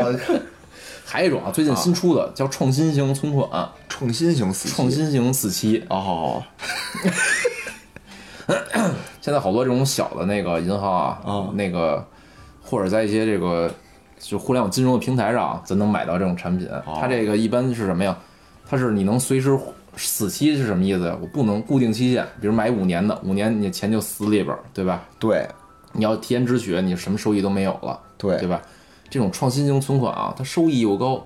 S4: 还有一种啊，最近新出的叫创新型存款，
S3: 创新型司机，
S4: 创新型四期。
S3: 哦，
S4: 现在好多这种小的那个银行啊，
S3: 啊
S4: 那个或者在一些这个就互联网金融的平台上啊，咱能买到这种产品。
S3: 哦
S4: 它这个一般是什么呀？它是你能随时死期是什么意思？我不能固定期限，比如买五年的，五年你钱就死里边儿，对吧？
S3: 对
S4: 你要提前止血，你什么收益都没有了，
S3: 对
S4: 对吧？这种创新型存款啊，它收益又高，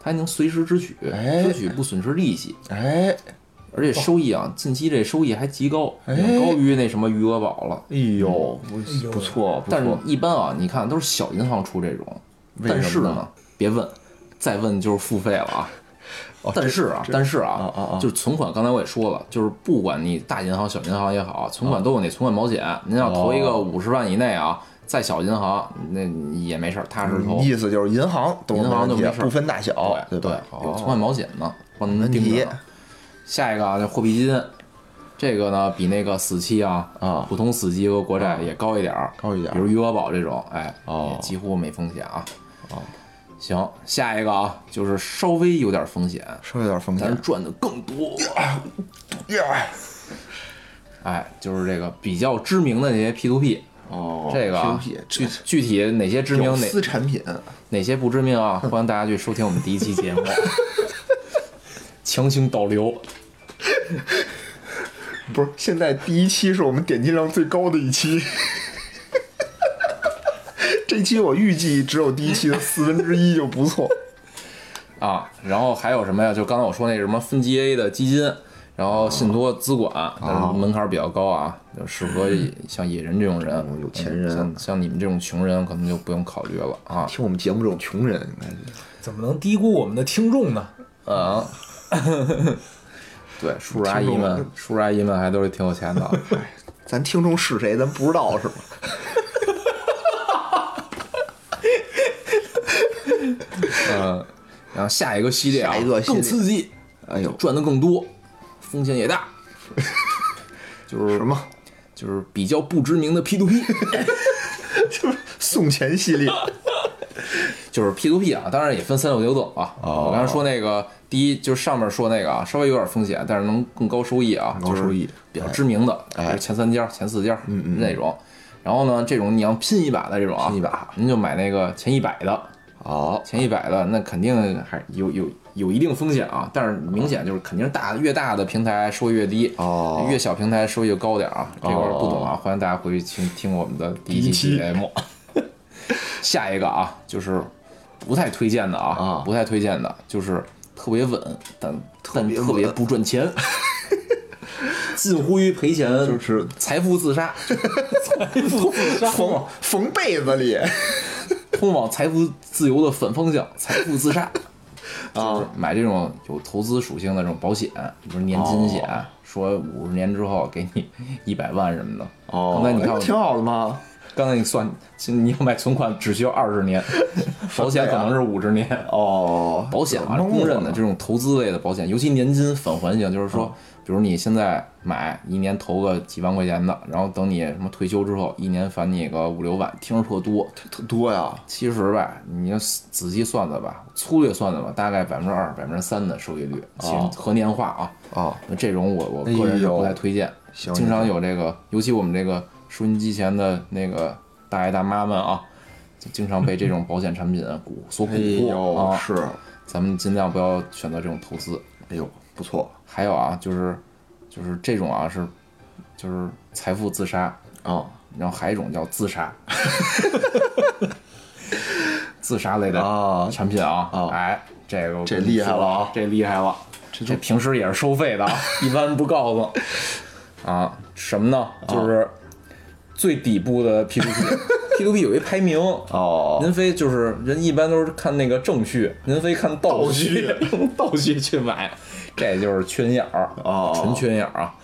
S4: 它还能随时支取，
S3: 哎
S4: 支取不损失利息，
S3: 哎，
S4: 而且收益啊，近期这收益还极高，
S3: 哎
S4: 远高于那什么余额宝了。
S3: 哎呦，不
S2: 哎呦
S3: 不错不
S4: 但是
S3: 错，
S4: 一般啊，你看都是小银行出这种，
S3: 为
S4: 但
S3: 什
S4: 是
S3: 么
S4: 呢
S3: 呢，
S4: 别问，再问就是付费了啊。但是啊，但是啊，
S3: 哦啊啊啊
S4: 就是存款，刚才我也说了，就是不管你大银行、小银行也好，存款都有那存款保险。您要投一个
S3: 哦
S4: 五十万以内啊，在小银行那也没事儿，踏实投。
S3: 意思就是哎银行都是
S4: 银行
S3: 问
S4: 都
S3: 题
S4: 没事儿
S3: 不分大小，
S4: 对
S3: 吧？
S4: 有存
S3: 哦
S4: 款保险呢，帮您
S3: 问
S4: 盯
S3: 题
S4: 着呢。下一个啊，这货币基金，这个呢比那个死期啊
S3: 啊
S4: 普通死期和国债也高一点儿，
S3: 高一点儿
S4: 比如余额宝这种，哎，
S3: 哦
S4: 也几乎没风险啊。行，下一个啊，就是稍微有点风险，
S3: 稍微有点风
S4: 但是
S3: 险，
S4: 赚的更多。
S3: 呀
S4: 哎，就是这个比较知名的那些 P to P，
S3: 哦，
S4: 这个啊
S3: PVP
S4: 具具体哪些知名
S3: 屌
S4: 哪
S3: 丝产品，
S4: 哪些不知名 啊，欢迎大家去收听我们第一期节目，强行导流。
S3: 不是现在第一期是我们点击量最高的一期。 这期我预计只有第一期的四分之一就不错，
S4: 啊，然后还有什么呀？就刚才我说那什么分级 A 的基金，然后信托资管，但
S3: 哦
S4: 是门槛比较高啊，就适合 像野人这种人，
S3: 哦有钱人
S4: 像像你们这种穷人可能就不用考虑了啊。
S3: 听我们节目这种穷人应该是
S2: 怎么能低估我们的听众呢？
S4: 嗯， 对，叔叔阿姨们，叔叔阿姨们还都是挺有钱的。啊
S3: 咱听众是谁咱不知道是吧？
S4: 嗯，然后下一个系列啊，
S3: 下一个系列
S4: 更刺激，
S3: 哎呦，
S4: 赚的更多，风险也大，就是
S3: 什么
S4: 就是比较不知名的 P to P。
S3: 送钱系列？
S4: 就是 P to P 啊，当然也分三六九等啊。
S3: 哦
S4: 我刚才说那个，第一就是上面说那个啊，稍微有点风险，但是能更高收益啊，
S3: 更高收益
S4: 就是比较知名的，
S3: 哎嗯
S4: 比如前三家、前四家那种。然后呢，这种你要拼一把的这种啊，
S3: 拼一把，
S4: 您就买那个前一百的，
S3: 哦，
S4: 前一百的那肯定还有有有一定风险啊，但是明显就是肯定是大越大的平台收益越低，
S3: 哦
S4: 越小平台收益越高点儿啊。这个不懂啊，欢迎大家回去听听我们的第一期节目。 下一个啊，就是不太推荐的啊
S3: 啊，
S4: 不太推荐的，就是特别稳，但但
S3: 别稳
S4: 特别不赚钱， 近乎于赔钱，
S3: 就是
S4: 财富自杀，财富自杀，疯
S3: 缝缝被子里
S4: 通往财富自由的反方向，财富自杀。就是
S3: 啊，
S4: 买这种有投资属性的这种保险，比如年金险，
S3: 哦
S4: 说五十年之后给你一百万什么的。
S3: 哦，
S4: 刚才你
S3: 哎
S4: 看，
S3: 挺好的嘛，
S4: 刚才你算，你要买存款只需要二 十年，保险可能是五十年。
S3: 哦，
S4: 保险啊，
S3: 蒙我
S4: 公认的
S3: 呢
S4: 这种投资类的保险，尤其年金返还型，就是
S3: 嗯
S4: 说，比如你现在买一年投个几万块钱的，然后等你什么退休之后，一年返你个五六万，听着特多，
S3: 特多呀，
S4: 其实吧，你要仔细算算吧，粗略算算吧，大概百分之二、百分之三的收益率，其实和年化啊，
S3: 哦，
S4: 那这种我我
S3: 哎呦
S4: 个人是不太推荐。
S3: 行
S4: 经常有这个，尤其我们这个收音机前的那个大爷大妈们啊，就经常被这种保险产品蛊所蛊
S3: 哎
S4: 惑啊。
S3: 呦，是，
S4: 咱们尽量不要选择这种投资。
S3: 哎呦，不错
S4: 还有啊，就是就是这种啊是就是财富自杀，
S3: 啊，
S4: 然后还有一种叫自杀， 自杀类的
S3: 啊
S4: 产品啊，
S3: 啊
S4: 哎，这个我
S3: 这
S4: 跟你
S3: 厉害
S4: 说
S3: 了啊
S4: 这厉害了，这平时也是收 费的啊，一般不告诉啊，什么呢？
S3: 哦
S4: 就是最底部的 P to P，P to P 有一排名。
S3: 哦，
S4: 您非就是人一般都是看那个正序，您非看倒序， 用倒序去买，这就是缺心眼儿
S3: 哦
S4: 纯缺心眼儿啊。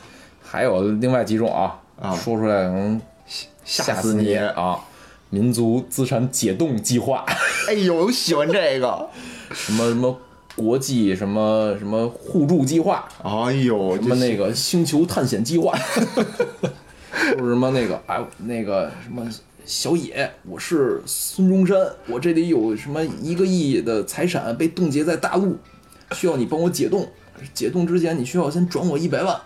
S4: 还有另外几种啊，
S3: 啊
S4: 说出来能
S3: 吓
S4: 死
S3: 死你
S4: 啊！民族资产解冻计划，
S3: 哎呦，我喜欢这个，
S4: 什么什么国际什么什么互助计划，
S3: 哎呦，
S4: 什么那
S3: 个
S4: 个星球探险计划，就是什么那个哎那个什么小野，我是孙中山，我这里有什么一个亿的财产被冻结在大陆，需要你帮我解冻。解冻之前，你需要先转我一百万，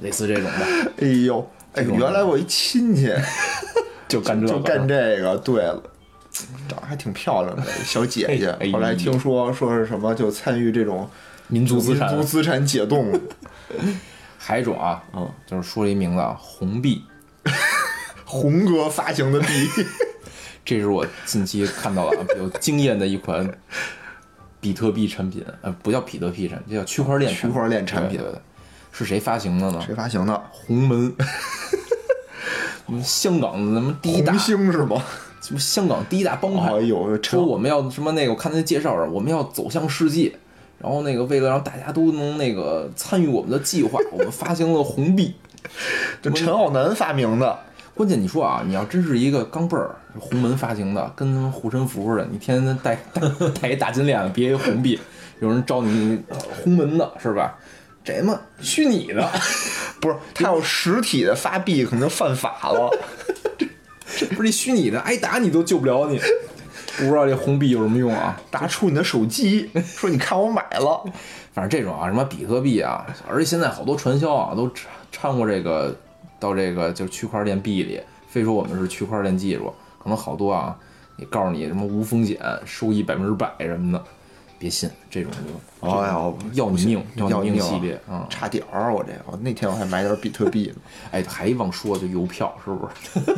S4: 类似这种的。
S3: 哎呦，哎，
S4: 这种
S3: 原来我一亲戚
S5: 就干这个，
S3: 就干这个。对了，长得还挺漂亮的小姐
S5: 哎
S3: 姐，
S5: 呦
S3: 后来听说说是什么，就参与这种
S5: 民族资产
S3: 民族资产解冻，
S4: 还有一种啊，
S3: 嗯，
S4: 就是说了一名字啊，红币，
S3: 红哥发行的币，
S4: 这是我近期看到了啊比较惊艳的一款比特币产品，呃，不叫比特币产品，这叫区块链产品
S3: 区块链产品
S4: 对对对是谁发行的呢？
S3: 谁发行的？
S4: 鸿门，我们香港的什么第一大
S3: 红，星是 吗？
S4: 什么香港第一大帮派
S3: 哎，呦，陈
S4: 说我们要什么那个，我看那介绍啊，我们要走向世界，然后那个为了让大家都能那个参与我们的计 划，我们发行了红币。
S3: 这陈浩南发明的，
S4: 关键你说啊，你要真是一个钢镚儿，红门发行的，跟他妈护身符似的，你天天戴戴戴一大金链子，别一红币，有人招你呃红门的是吧？这他妈虚拟的，
S3: 不是他要实体的发币，可能就犯法 了。
S4: 不是你虚拟的，挨打你都救不了你。不知道这红币有什么用啊？
S3: 拿出你的手机，说你看我买了，
S4: 反正这种啊，什么比特币啊，而且现在好多传销啊，都掺掺和这个到这个就是区块链币里，非说我们是区块链技术，可能好多啊，也告诉你什么无风险，收益百分之百什么的，别信这种就
S3: 哎呦
S4: 这种要你命，
S3: 要你
S4: 你命
S3: 命啊
S4: 系列啊、嗯
S3: 差点儿我这个，那天我还买点比特币呢，
S4: 哎，还忘说就邮票是不是？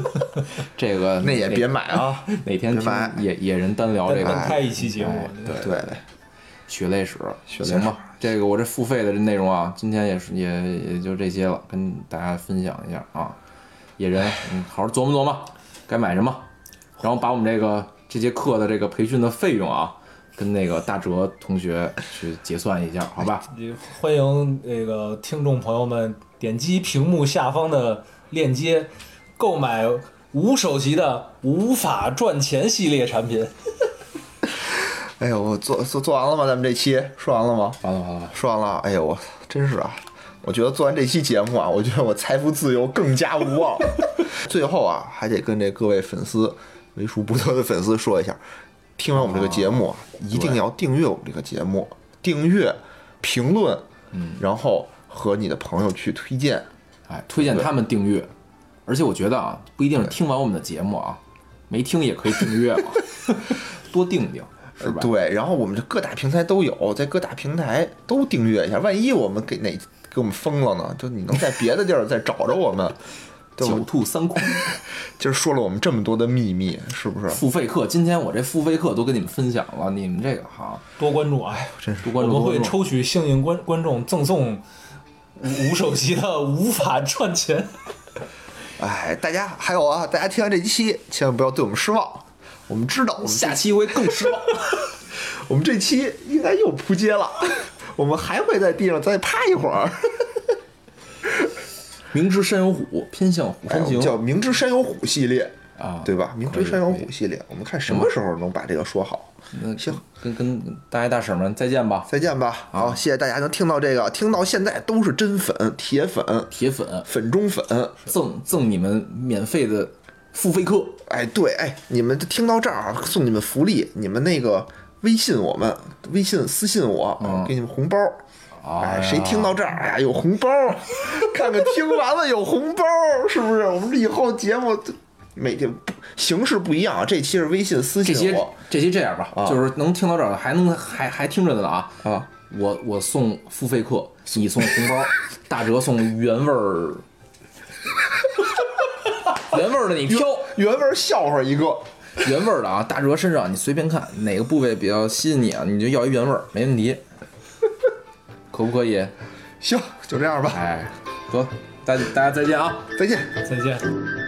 S4: 这个
S3: 那也别买啊。
S4: 哪天
S3: 别
S4: 听
S3: 买
S4: 野野人单聊这个
S5: 单开一期节目，对，
S3: 对，
S4: 血泪史，
S3: 泪
S4: 行吧？这个我这付费的这内容啊，今天也是也也就这些了，跟大家分享一下啊。野人，你好好琢磨琢磨，该买什么，然后把我们这个这节课的这个培训的费用啊，跟那个大哲同学去结算一下，好吧？
S3: 哎
S2: 欢迎那个听众朋友们点击屏幕下方的链接，购买吴首席的《无法赚钱》系列产品。
S3: 哎呦，我做做做完了吗？咱们这期说完了吗？
S4: 完了完了，
S3: 说完了。哎呦，我真是啊，我觉得做完这期节目啊，我觉得我财富自由更加无望。 最后啊，还得跟这各位粉丝，为数不多的粉丝说一下，听完我们这个节目啊，一定要订阅我们这个节目，订阅、评论，嗯，然后和你的朋友去推荐。
S4: 哎，推荐他们订阅，而且我觉得啊，不一定是听完我们的节目啊，没听也可以订阅 嘛，多订订是吧？
S3: 对，然后我们这各大平台都有，在各大平台都订阅一下。万一我们给哪给我们封了呢？就你能在别的地儿再找着我们，对吧
S4: 狡？兔三窟。
S3: 今儿说了我们这么多的秘密，是不是？
S4: 付费课，今天我这付费课都跟你们分享了，你们这个哈，
S2: 多关注，哎，
S3: 真是
S4: 多
S2: 我
S4: 关注
S2: 们
S4: 多
S2: 会
S4: 关注。
S2: 抽取幸运观观众赠送吴吴首席的《无法赚钱》。
S3: 哎，大家还有啊，大家听完这一期，千万不要对我们失望。我们知道，我们
S4: 下期会更失望。
S3: 我们这期应该又扑街了， 我们还会在地上再趴一会 儿。
S4: 明知山有虎，偏向虎
S3: 哎，
S4: 山
S3: 我们
S4: 行。
S3: 叫“明知山有虎”系列
S4: 啊
S3: 对吧？“明
S4: 可以
S3: 知山有
S4: 可以
S3: 虎”系列，我们看什么时候能把这个说好。
S4: 那
S3: 行，
S4: 跟跟大爷大婶们再见吧，
S3: 再见吧。好，谢谢大家能听到这个，听到现在都是真粉、铁粉、
S4: 铁粉
S3: 粉中粉。
S4: 赠赠你们免费的付费课，
S3: 哎，对，哎，你们听到这儿啊，送你们福利，你们那个微信我们，微信私信我，我给你们红包。哎，谁听到这儿，哎呀，有红包， 看看听完了有红包，是不是？我们这以后节目每天不形式不一样啊，这期是微信私
S4: 这
S3: 信
S4: 些
S3: 我，
S4: 这些这样吧，就是能听到这儿的还能还还听着的啊
S3: 啊，
S4: 我我送付费课，你送红包，大哲送原味儿， 原味儿的你挑。
S3: 原文笑话一个，
S4: 原味儿的啊，大哲身上你随便看哪个部位比较吸引你啊，你就要一原味儿，没问题，可不可以？
S3: 行，就这样吧，
S4: 哎，得，大大家再见啊。
S3: 再见。
S2: 再见。